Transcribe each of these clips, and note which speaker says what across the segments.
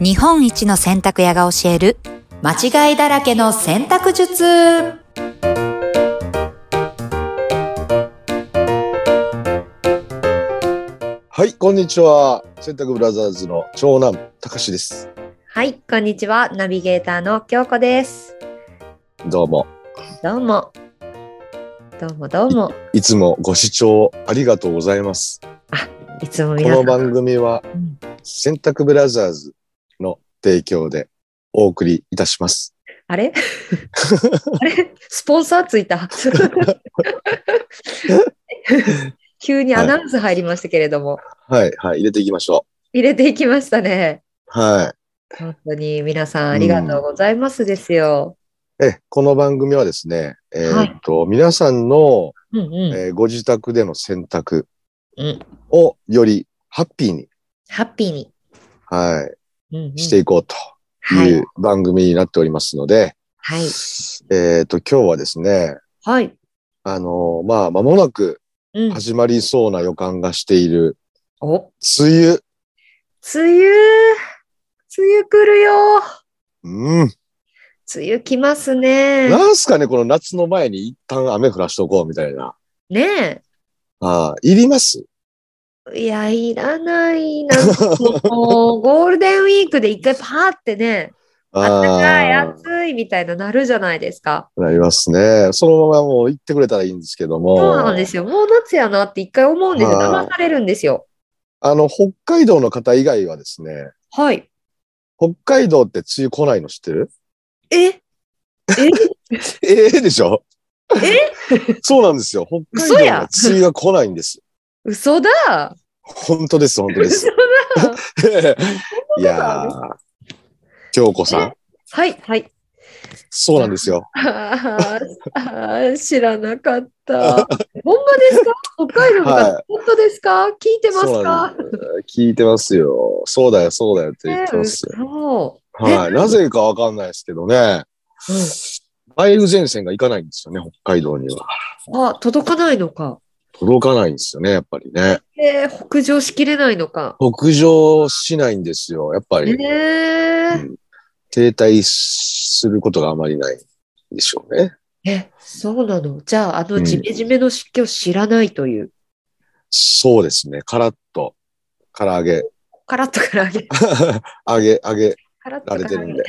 Speaker 1: 日本一の洗濯屋が教える間違いだらけの洗濯術
Speaker 2: はい、こんにちは。洗濯ブラザーズの長男、たかしです。
Speaker 3: はい、こんにちは。ナビゲーターの京子です。
Speaker 2: どうも。
Speaker 3: どうも。どうもどうも。
Speaker 2: いつもご視聴ありがとうございます。
Speaker 3: いつも
Speaker 2: こ
Speaker 3: 皆さ
Speaker 2: の
Speaker 3: ん。
Speaker 2: 番組は
Speaker 3: うん、
Speaker 2: 洗濯ブラザーズの提供でお送りいたします。
Speaker 3: あれ あれスポンサーついた。 急にアナウンス入りましたけれども、
Speaker 2: はい、はい、入れていきましょ
Speaker 3: 入れていきましたね。
Speaker 2: う。は
Speaker 3: 本当に皆さんありがとうございますですよ。
Speaker 2: い。え、この番組はですね、えー
Speaker 3: は
Speaker 2: っと、皆さんの、
Speaker 3: うんうん。
Speaker 2: えーご自宅での洗濯
Speaker 3: うん
Speaker 2: をよりハッピーに、
Speaker 3: ハッピーに。
Speaker 2: は
Speaker 3: うんうん
Speaker 2: い、していこうと
Speaker 3: はいい。
Speaker 2: う番組になっておりますので、
Speaker 3: はい。
Speaker 2: えーっと、今日はですね、
Speaker 3: はい。
Speaker 2: あのーまあ、間もなく
Speaker 3: うん。
Speaker 2: 始まりそうな予感がしている、
Speaker 3: お、
Speaker 2: 梅雨。
Speaker 3: 梅雨。梅雨来るよ。
Speaker 2: うん。
Speaker 3: 梅雨来ますね。
Speaker 2: なんすかね、この夏の前に一旦雨降らしとこうみたいな。
Speaker 3: ね
Speaker 2: ああ、いります
Speaker 3: え。いや、いらない。なんかもう、ゴールデンウィークで一回パーってね、
Speaker 2: あ
Speaker 3: 暖かい、
Speaker 2: あ、
Speaker 3: 暑いみたいななるじゃないですか。
Speaker 2: なりますね。そのままもう行ってくれたらいいんですけども。
Speaker 3: そうなんですよ。もう夏やなって一回思うんですよ。
Speaker 2: はい
Speaker 3: 騙されるんですよ。
Speaker 2: あの、北海道の方以外はですね、
Speaker 3: はい。
Speaker 2: 北海道って梅雨来ないの知ってる
Speaker 3: ええ
Speaker 2: ええでしょえ そうなんですよ。北海道
Speaker 3: 嘘
Speaker 2: は
Speaker 3: や
Speaker 2: 梅雨が来ないんです。
Speaker 3: 嘘だ
Speaker 2: 本当です、本当で
Speaker 3: 嘘
Speaker 2: す。
Speaker 3: だ
Speaker 2: いやー、京子さん、
Speaker 3: はい、はい。
Speaker 2: そうなんですよ。
Speaker 3: あーあー、知らな かった。ほんまですか北海道の方、
Speaker 2: は
Speaker 3: 本当ですか聞いてます
Speaker 2: そうな
Speaker 3: か
Speaker 2: んです聞いてますよ。そうだよ、そうだよって言ってますよ。
Speaker 3: 嘘。
Speaker 2: はい。なぜかわかんないですけどね。梅雨前線が行かないんですよね、北海道には。
Speaker 3: あ、届かないのか。
Speaker 2: 届かないんですよね、やっぱりね。
Speaker 3: えー北上しきれないのか。
Speaker 2: 北上しないんですよ、やっぱ
Speaker 3: ね
Speaker 2: り。
Speaker 3: え
Speaker 2: うん停滞することがあまりないんでしょうね。
Speaker 3: え、そうなの。じゃあ、あ
Speaker 2: う
Speaker 3: の
Speaker 2: ん
Speaker 3: ジメジメの湿気を知らないという。
Speaker 2: そうですね、カラッと、唐揚げ、
Speaker 3: カラッとから揚げ。
Speaker 2: 揚げ、揚げ
Speaker 3: カラッと
Speaker 2: ら
Speaker 3: か
Speaker 2: れて
Speaker 3: ら揚げ。
Speaker 2: るんで。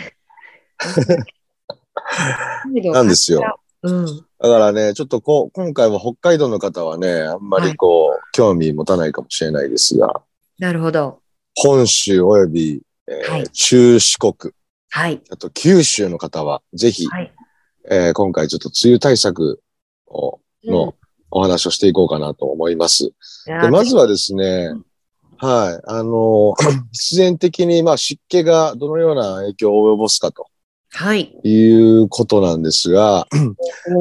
Speaker 3: な
Speaker 2: なんですよ。。
Speaker 3: うん。
Speaker 2: だからね、ちょっとこう、今回は北海道の方はね、あんまりこう、興味持たないかもしれないですが、
Speaker 3: なるほど。
Speaker 2: 本州および、えー
Speaker 3: はい
Speaker 2: 中四国、
Speaker 3: はい。
Speaker 2: あと九州の方は、ぜひ、
Speaker 3: はい。
Speaker 2: えー今回ちょっと梅雨対策を
Speaker 3: うん
Speaker 2: のお話をしていこうかなと思います。
Speaker 3: いや
Speaker 2: で
Speaker 3: ー
Speaker 2: まずはですね、はい、あの ー、必然的に、まあ、湿気がどのような影響を及ぼすかと
Speaker 3: はい。
Speaker 2: いうことなんですが、
Speaker 3: あ、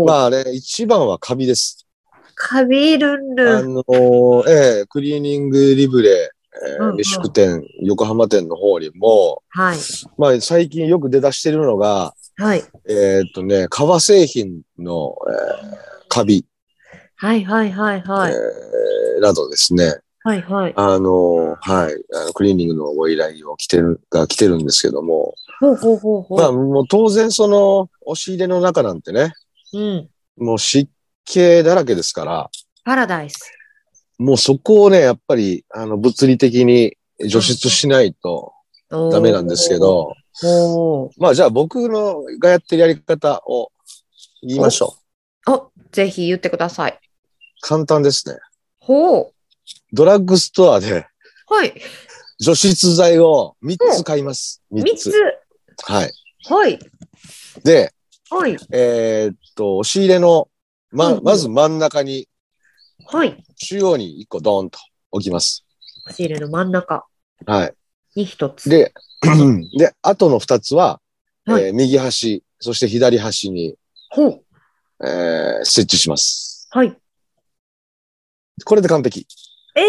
Speaker 2: まあね、一番はカビです。
Speaker 3: カビルン
Speaker 2: あ
Speaker 3: ルン。
Speaker 2: のーええクリーニングリブレ、えー
Speaker 3: うんうん
Speaker 2: 三宿店、横浜店の方にも、
Speaker 3: はい。
Speaker 2: まあ、最近よく出だしてるのが、
Speaker 3: はい。
Speaker 2: えーっとね、革製品の、えーカビ、
Speaker 3: はい。はい。はい。はい。
Speaker 2: えーなどですね、
Speaker 3: はい。はい。
Speaker 2: あのーはい、あのクリーニングのご依頼を来てる、が来てるんですけども、
Speaker 3: ほうほうほうほう。
Speaker 2: まあ、もう当然その、押し入れの中なんてね、
Speaker 3: うん。
Speaker 2: もう湿気だらけですから、
Speaker 3: パラダイス。
Speaker 2: もうそこをね、やっぱり、あの、物理的に除湿しないと、ダ
Speaker 3: ダ
Speaker 2: メなんですけ。ど、
Speaker 3: おー
Speaker 2: まあじゃあ僕のがやってるやり方を言いましょう。
Speaker 3: お、ぜひ言ってください。
Speaker 2: 簡単ですね。
Speaker 3: ほう。
Speaker 2: ドラッグストアで
Speaker 3: はい。
Speaker 2: 除湿剤を3つ買います。3
Speaker 3: 三
Speaker 2: つ。
Speaker 3: つ。
Speaker 2: はい。
Speaker 3: はい。
Speaker 2: で、
Speaker 3: はい。
Speaker 2: えーっと、押し入れの、
Speaker 3: うん
Speaker 2: ま、
Speaker 3: うん
Speaker 2: まず真ん中に、
Speaker 3: はい。
Speaker 2: 中央に1個ドーンと置きます。
Speaker 3: 押し入れの真ん中
Speaker 2: はい。
Speaker 3: に一つ。
Speaker 2: で、 で、あとの2つは、えー
Speaker 3: はい
Speaker 2: 右端、そして左端に、
Speaker 3: ほう。
Speaker 2: えー設置します。
Speaker 3: はい。
Speaker 2: これで完璧。
Speaker 3: ええ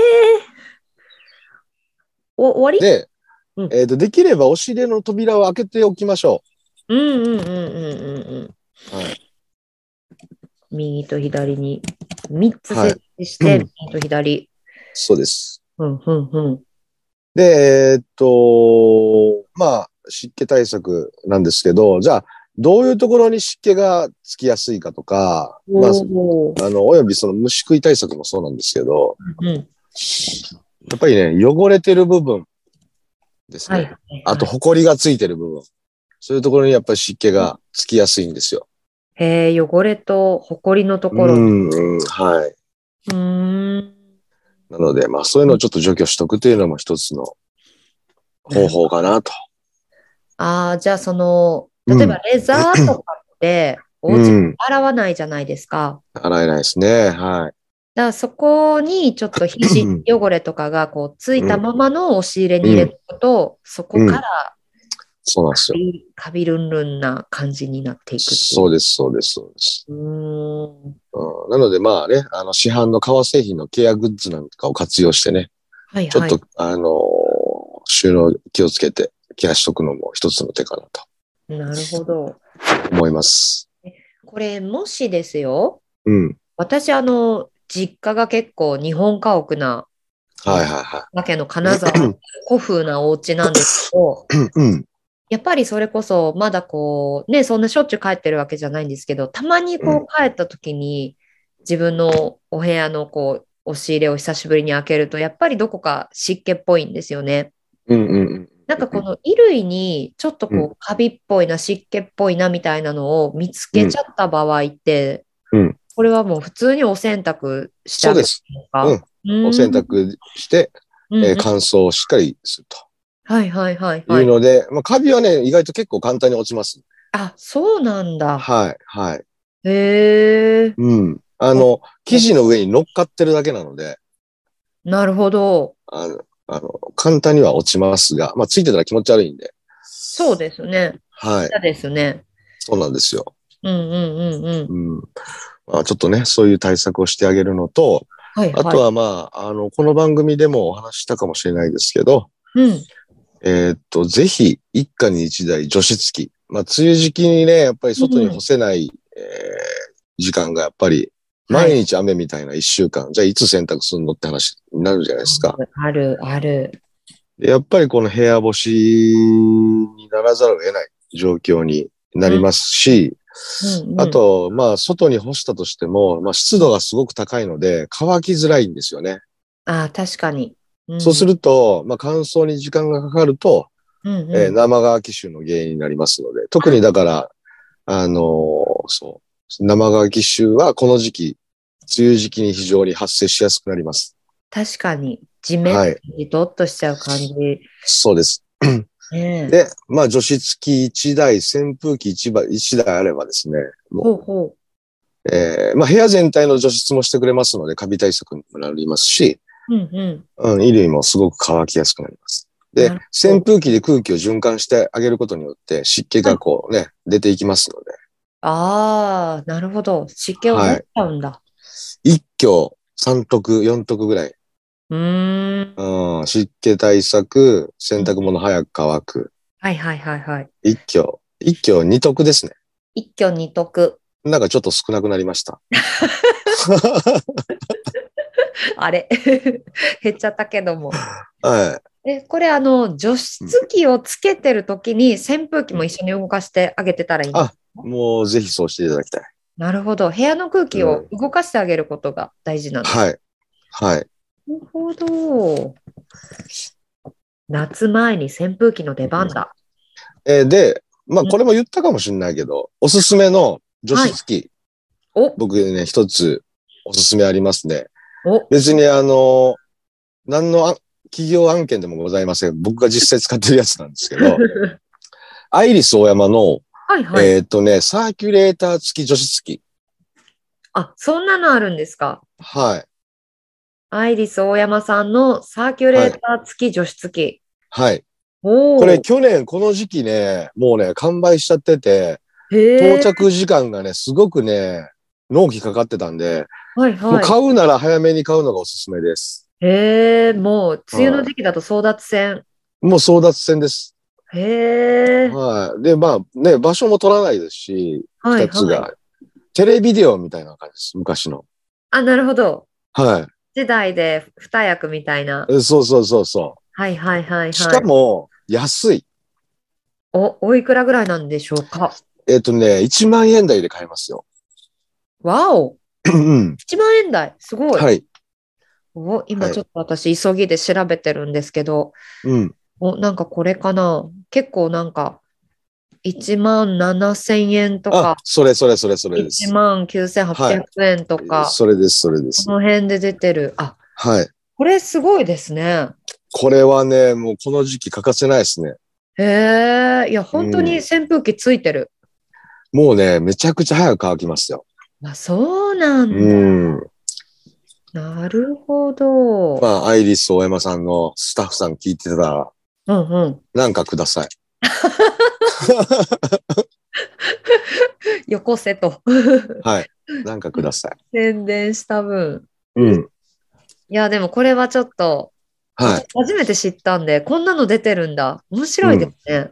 Speaker 3: お、終わり
Speaker 2: で、
Speaker 3: うん
Speaker 2: えっ、と、できれば押し入れの扉を開けておきましょ
Speaker 3: うんうんうんうんうんうん。
Speaker 2: はい
Speaker 3: 右と左に三つ
Speaker 2: はい
Speaker 3: 設置して、
Speaker 2: うん
Speaker 3: 右と左。
Speaker 2: う。そうです。
Speaker 3: うんうんうん。
Speaker 2: で、えっ、と、まあ、湿気対策なんですけど、じゃあ、どういうところに湿気がつきやすいかとか、まあ、
Speaker 3: おー
Speaker 2: あの、およびその虫食い対策もそうなんですけど、
Speaker 3: うん。
Speaker 2: やっぱりね、汚れてる部分ですね。
Speaker 3: はいはい。
Speaker 2: あと、埃がついてる部分。そういうところにやっぱり湿気がつきやすいんですよ。
Speaker 3: へえ、汚れと埃のところ。
Speaker 2: う、
Speaker 3: うん
Speaker 2: うん、はい。
Speaker 3: ーん。
Speaker 2: なので、まあ、そういうのをちょっと除去しとくというのも一つの方法かなと。
Speaker 3: ああ、じゃあその、
Speaker 2: うん
Speaker 3: 例えばレザーとかって、お
Speaker 2: う
Speaker 3: 家
Speaker 2: ん。
Speaker 3: 洗わないじゃないですか。
Speaker 2: 洗えないですね。はい。
Speaker 3: だからそこにちょっと皮脂汚れとかがこうついたままの押し入れに入れると、そこから
Speaker 2: そうなんですよ。
Speaker 3: カビルンルンな感じになっていくってい
Speaker 2: そうです、そうです、そうです。
Speaker 3: う。うーん。
Speaker 2: うん、なので、まあね、あの、市販の革製品のケアグッズなんかを活用してね、
Speaker 3: はい
Speaker 2: ちょ
Speaker 3: は
Speaker 2: っ
Speaker 3: い。
Speaker 2: と、あのー収納気をつけてケアしとくのも一つの手かなと
Speaker 3: なるほど。
Speaker 2: 思います。
Speaker 3: これもしですよ、
Speaker 2: うん。
Speaker 3: 私あの、実家が結構日本家屋な、
Speaker 2: はいはいは
Speaker 3: だけの金沢、古風なお家なんですけど、
Speaker 2: い。うん。
Speaker 3: やっぱりそれこそ、まだこう、ね、そんなしょっちゅう帰ってるわけじゃないんですけど、たまに
Speaker 2: う
Speaker 3: こう帰った時に、自分のお部屋のこう、押し入れを久しぶりに開けると、やっぱりどこか湿気っぽいんですよね。
Speaker 2: うんうんうん。
Speaker 3: なんかこの衣類に、ちょっと
Speaker 2: う
Speaker 3: こう、カビっぽいな、湿気っぽいな、みたいなのを見つけちゃった場合って
Speaker 2: うん、
Speaker 3: これはもう普通にお洗濯しちゃ
Speaker 2: そう
Speaker 3: う
Speaker 2: です。
Speaker 3: のか。
Speaker 2: うん
Speaker 3: うん
Speaker 2: お洗。濯して、
Speaker 3: うん
Speaker 2: えー
Speaker 3: うん
Speaker 2: 乾燥をしっかりする
Speaker 3: はいはいはい
Speaker 2: と
Speaker 3: は
Speaker 2: いう
Speaker 3: い。
Speaker 2: ので、まあ、カビはね、意外と結構簡単に落ちます。
Speaker 3: あ、そうなんだ。
Speaker 2: はい、はい。
Speaker 3: へえ、
Speaker 2: うん。あの、生地の上に乗っかってるだけなので、
Speaker 3: なるほど。
Speaker 2: あの、あの簡単には落ちますが、まあ、ついてたら気持ち悪いんで、
Speaker 3: そうですね。
Speaker 2: はい、
Speaker 3: 嫌ですね。
Speaker 2: そうなんですよ。
Speaker 3: うんうんうんうん。
Speaker 2: うん。まあ、ちょっとね、そういう対策をしてあげるのと、
Speaker 3: はい
Speaker 2: あ
Speaker 3: はい。
Speaker 2: とはまあ、あの、この番組でもお話ししたかもしれないですけど、
Speaker 3: うん。
Speaker 2: えーっと、ぜひ、一家に一台除湿機。まあ、梅雨時期にね、やっぱり外に干せない、えー時間がやっぱり、
Speaker 3: はい
Speaker 2: 毎日雨みたいな一週間、じゃあいつ洗濯するのって話になるじゃないですか。
Speaker 3: あるある。
Speaker 2: でやっぱりこの部屋干しにならざるを得ない状況になりますし、
Speaker 3: うんうん
Speaker 2: あ、と、まあ、外に干したとしても、まあ、湿度がすごく高いので、乾きづらいんですよね。
Speaker 3: あー確かに。ん
Speaker 2: そうす。ると、まあ、乾燥に時間がかかると、
Speaker 3: うんうん
Speaker 2: えー生乾き臭の原因になりますので、特にだから、あのーそう、生乾き臭はこの時期、梅雨時期に非常に発生しやすくなります。
Speaker 3: 確かに。地面
Speaker 2: はい
Speaker 3: にドッとしちゃう感じ。
Speaker 2: そうです。
Speaker 3: ねえ。
Speaker 2: で、まあ、除湿機1台、扇風機1台 ,1 台あればですね、もう
Speaker 3: ほうほ
Speaker 2: えーまあ、部屋全体の除湿もしてくれますので、カビ対策にもなりますし、
Speaker 3: う。うんうん。
Speaker 2: うん、衣類もすごく乾きやすくなります。で
Speaker 3: なる、ほど
Speaker 2: 扇風機で空気を循環してあげることによって、湿気がこうね、出ていきますので、
Speaker 3: ああ、なるほど。湿気を出しちゃうんだ。
Speaker 2: 一挙三徳、四徳ぐらい、
Speaker 3: うーん。
Speaker 2: うん、湿気対策、洗濯物早く乾く、
Speaker 3: はいはいはいはい。
Speaker 2: 一挙、一挙二徳ですね。
Speaker 3: 一挙二得。
Speaker 2: なんかちょっと少なくなりました。
Speaker 3: あれ 減っちゃったけども。
Speaker 2: は
Speaker 3: え、これあの、除湿機をつけてるときに扇風機も一緒に動かしてあげてたらいいんだ
Speaker 2: あい。もうぜひそうしていただきたい。
Speaker 3: なるほど。部屋の空気を動かしてあげることが大事なんだ。
Speaker 2: はい。はい。
Speaker 3: なるほど。夏前に扇風機の出番だ。
Speaker 2: えーで、まあこれも言ったかもしれないけど、おすすめの除湿機、
Speaker 3: お、
Speaker 2: 僕ね、一つおすすめありますね。
Speaker 3: お、
Speaker 2: 別にあの、何のあ企業案件でもございません。僕が実際使ってるやつなんですけど、アイリス大山の、
Speaker 3: はいはい。
Speaker 2: えーっとね、サーキュレーター付き除湿機。
Speaker 3: あ、そんなのあるんですか。
Speaker 2: はい。
Speaker 3: アイリス大山さんのサーキュレーター付き除湿機。
Speaker 2: はい。
Speaker 3: おお。
Speaker 2: これ去年この時期ね、もうね、完売しちゃってて、
Speaker 3: へ
Speaker 2: 到
Speaker 3: ー
Speaker 2: 着時間がね、すごくね、納期かかってたんで、
Speaker 3: はい
Speaker 2: もう
Speaker 3: はい。
Speaker 2: 買うなら早めに買うのがおすすめです。
Speaker 3: へえ、もう、梅雨の時期だと争奪戦。
Speaker 2: もう争奪戦です。
Speaker 3: へえ。
Speaker 2: はい。で、まあね、場所も取らないですし、
Speaker 3: は
Speaker 2: 二
Speaker 3: い
Speaker 2: つ
Speaker 3: はい。
Speaker 2: が。テレビデオみたいな感じです。昔の。
Speaker 3: あ、なるほど。
Speaker 2: はい。
Speaker 3: 時代で二役みたいな。
Speaker 2: えそうそうそうそ
Speaker 3: はいはいはいは
Speaker 2: う。
Speaker 3: い。
Speaker 2: しかも、安い。
Speaker 3: お、おいくらぐらいなんでしょうか
Speaker 2: えっ、とね、1万円台で買えますよ。
Speaker 3: わお
Speaker 2: うん。
Speaker 3: 1万円台すごい、
Speaker 2: はい。
Speaker 3: お今
Speaker 2: はい
Speaker 3: ちょっと私急ぎで調べてるんですけど、
Speaker 2: うん。
Speaker 3: お、なんかこれかな結構なんか1万7000円と
Speaker 2: あ
Speaker 3: か、、
Speaker 2: それそれそれそれです
Speaker 3: 1。万9800円とか、
Speaker 2: それです、それです
Speaker 3: こ。の辺で出てる。あ、
Speaker 2: はい。
Speaker 3: これすごいですね。
Speaker 2: これはね、もうこの時期欠かせないですね。
Speaker 3: へえ、いや、本当に
Speaker 2: うん
Speaker 3: 扇風機ついてる。
Speaker 2: もうね、めちゃくちゃ早く乾きますよ。
Speaker 3: あ、そうな
Speaker 2: うん
Speaker 3: だ。
Speaker 2: ん。
Speaker 3: なるほど。
Speaker 2: まあ、アイリス大山さんのスタッフさん聞いてたら、
Speaker 3: うんうん。
Speaker 2: なんかください。
Speaker 3: よこせと
Speaker 2: はい。なんかください。
Speaker 3: 宣伝した分。
Speaker 2: うん。
Speaker 3: いや、でもこれはちょっと、
Speaker 2: はい。
Speaker 3: 初めて知ったんで、こんなの出てるんだ。面白いですね。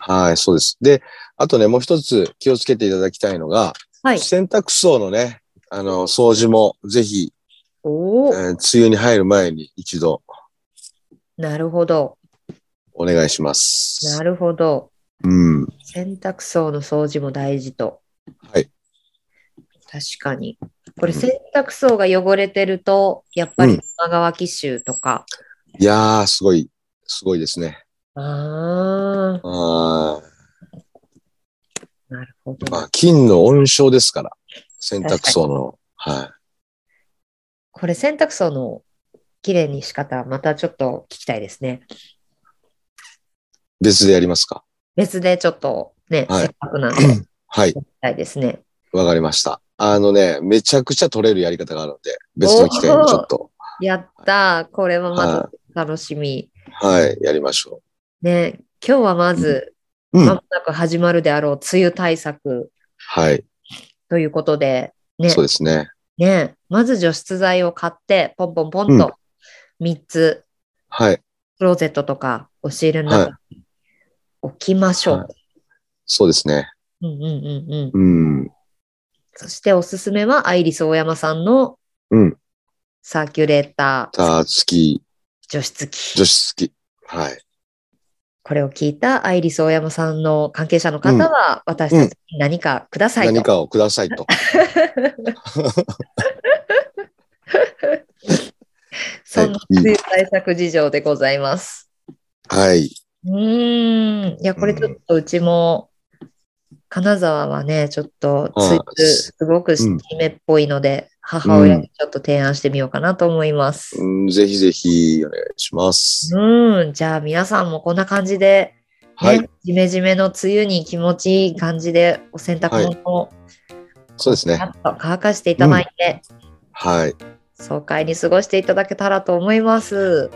Speaker 2: はい、そうです。で、あとね、もう一つ気をつけていただきたいのが、
Speaker 3: はい。
Speaker 2: 洗濯槽のね、あの、掃除もぜひ、
Speaker 3: お
Speaker 2: えー
Speaker 3: お、
Speaker 2: 梅雨に入る前に一度
Speaker 3: なるほど。
Speaker 2: お願いします
Speaker 3: な。るほど。
Speaker 2: うん。
Speaker 3: 洗濯槽の掃除も大事と。
Speaker 2: はい。
Speaker 3: 確かに。これ洗濯槽が汚れてると、やっぱ
Speaker 2: う
Speaker 3: り
Speaker 2: ん
Speaker 3: 生乾き臭とか。
Speaker 2: いやー、すごい、すごいですね。
Speaker 3: ああ、
Speaker 2: あー
Speaker 3: なるほど。
Speaker 2: まあ、金の温床ですから、洗濯槽の。はい。
Speaker 3: これ洗濯槽の綺麗に仕方、またちょっと聞きたいですね。
Speaker 2: 別でやりますか。
Speaker 3: 別でちょっとね、
Speaker 2: はい
Speaker 3: せっかくなんでやり
Speaker 2: はい。
Speaker 3: たいですね。
Speaker 2: わかりました。あのね、めちゃくちゃ取れるやり方があるんで、別の機会にちょっと、
Speaker 3: やったーこれはま
Speaker 2: は
Speaker 3: た楽しみ。
Speaker 2: はい、やりましょ
Speaker 3: ね、今日はまず、
Speaker 2: う。う
Speaker 3: ま
Speaker 2: ん
Speaker 3: も。なく始まるであろう梅雨対策
Speaker 2: はい。
Speaker 3: ということで、ね、
Speaker 2: そうですね。
Speaker 3: ね、まず除湿剤を買って、ポンポンポ
Speaker 2: う
Speaker 3: ン
Speaker 2: ん
Speaker 3: と3つ、
Speaker 2: はい。
Speaker 3: クローゼットとか押し入れの中に置きましょう。
Speaker 2: はそうですね。
Speaker 3: うんうんうんうん。
Speaker 2: うん。
Speaker 3: そしておすすめはアイリス大山さんの
Speaker 2: うん
Speaker 3: サーキュレーター
Speaker 2: たつき、
Speaker 3: 除湿機。
Speaker 2: 女子好き。はい。
Speaker 3: これを聞いたアイリス大山さんの関係者の方は私たちに何かくださいと。
Speaker 2: 何かをくださいと。
Speaker 3: そんな梅雨対策事情でございます。
Speaker 2: はい。
Speaker 3: うーん。いや、これちょっとうちも、金沢はね、ちょっと梅雨
Speaker 2: あ
Speaker 3: すごく湿めっぽいので、母親にちょっと提案してみようかなと思います。
Speaker 2: うんぜひぜひお願いします。
Speaker 3: うん、じゃあ皆さんもこんな感じで、ね、
Speaker 2: はい。
Speaker 3: じめじめの梅雨に気持ちいい感じでお洗濯物を
Speaker 2: そうですね
Speaker 3: パ。ッと乾かしていただいて、
Speaker 2: はい。
Speaker 3: 爽快に過ごしていただけたらと思います。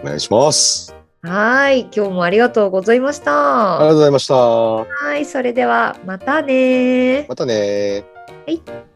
Speaker 2: お願いします。
Speaker 3: はーい、今日もありがとうございました。
Speaker 2: ありがと
Speaker 3: は
Speaker 2: うございました。ま
Speaker 3: ーい、それではまたねー。
Speaker 2: たねー。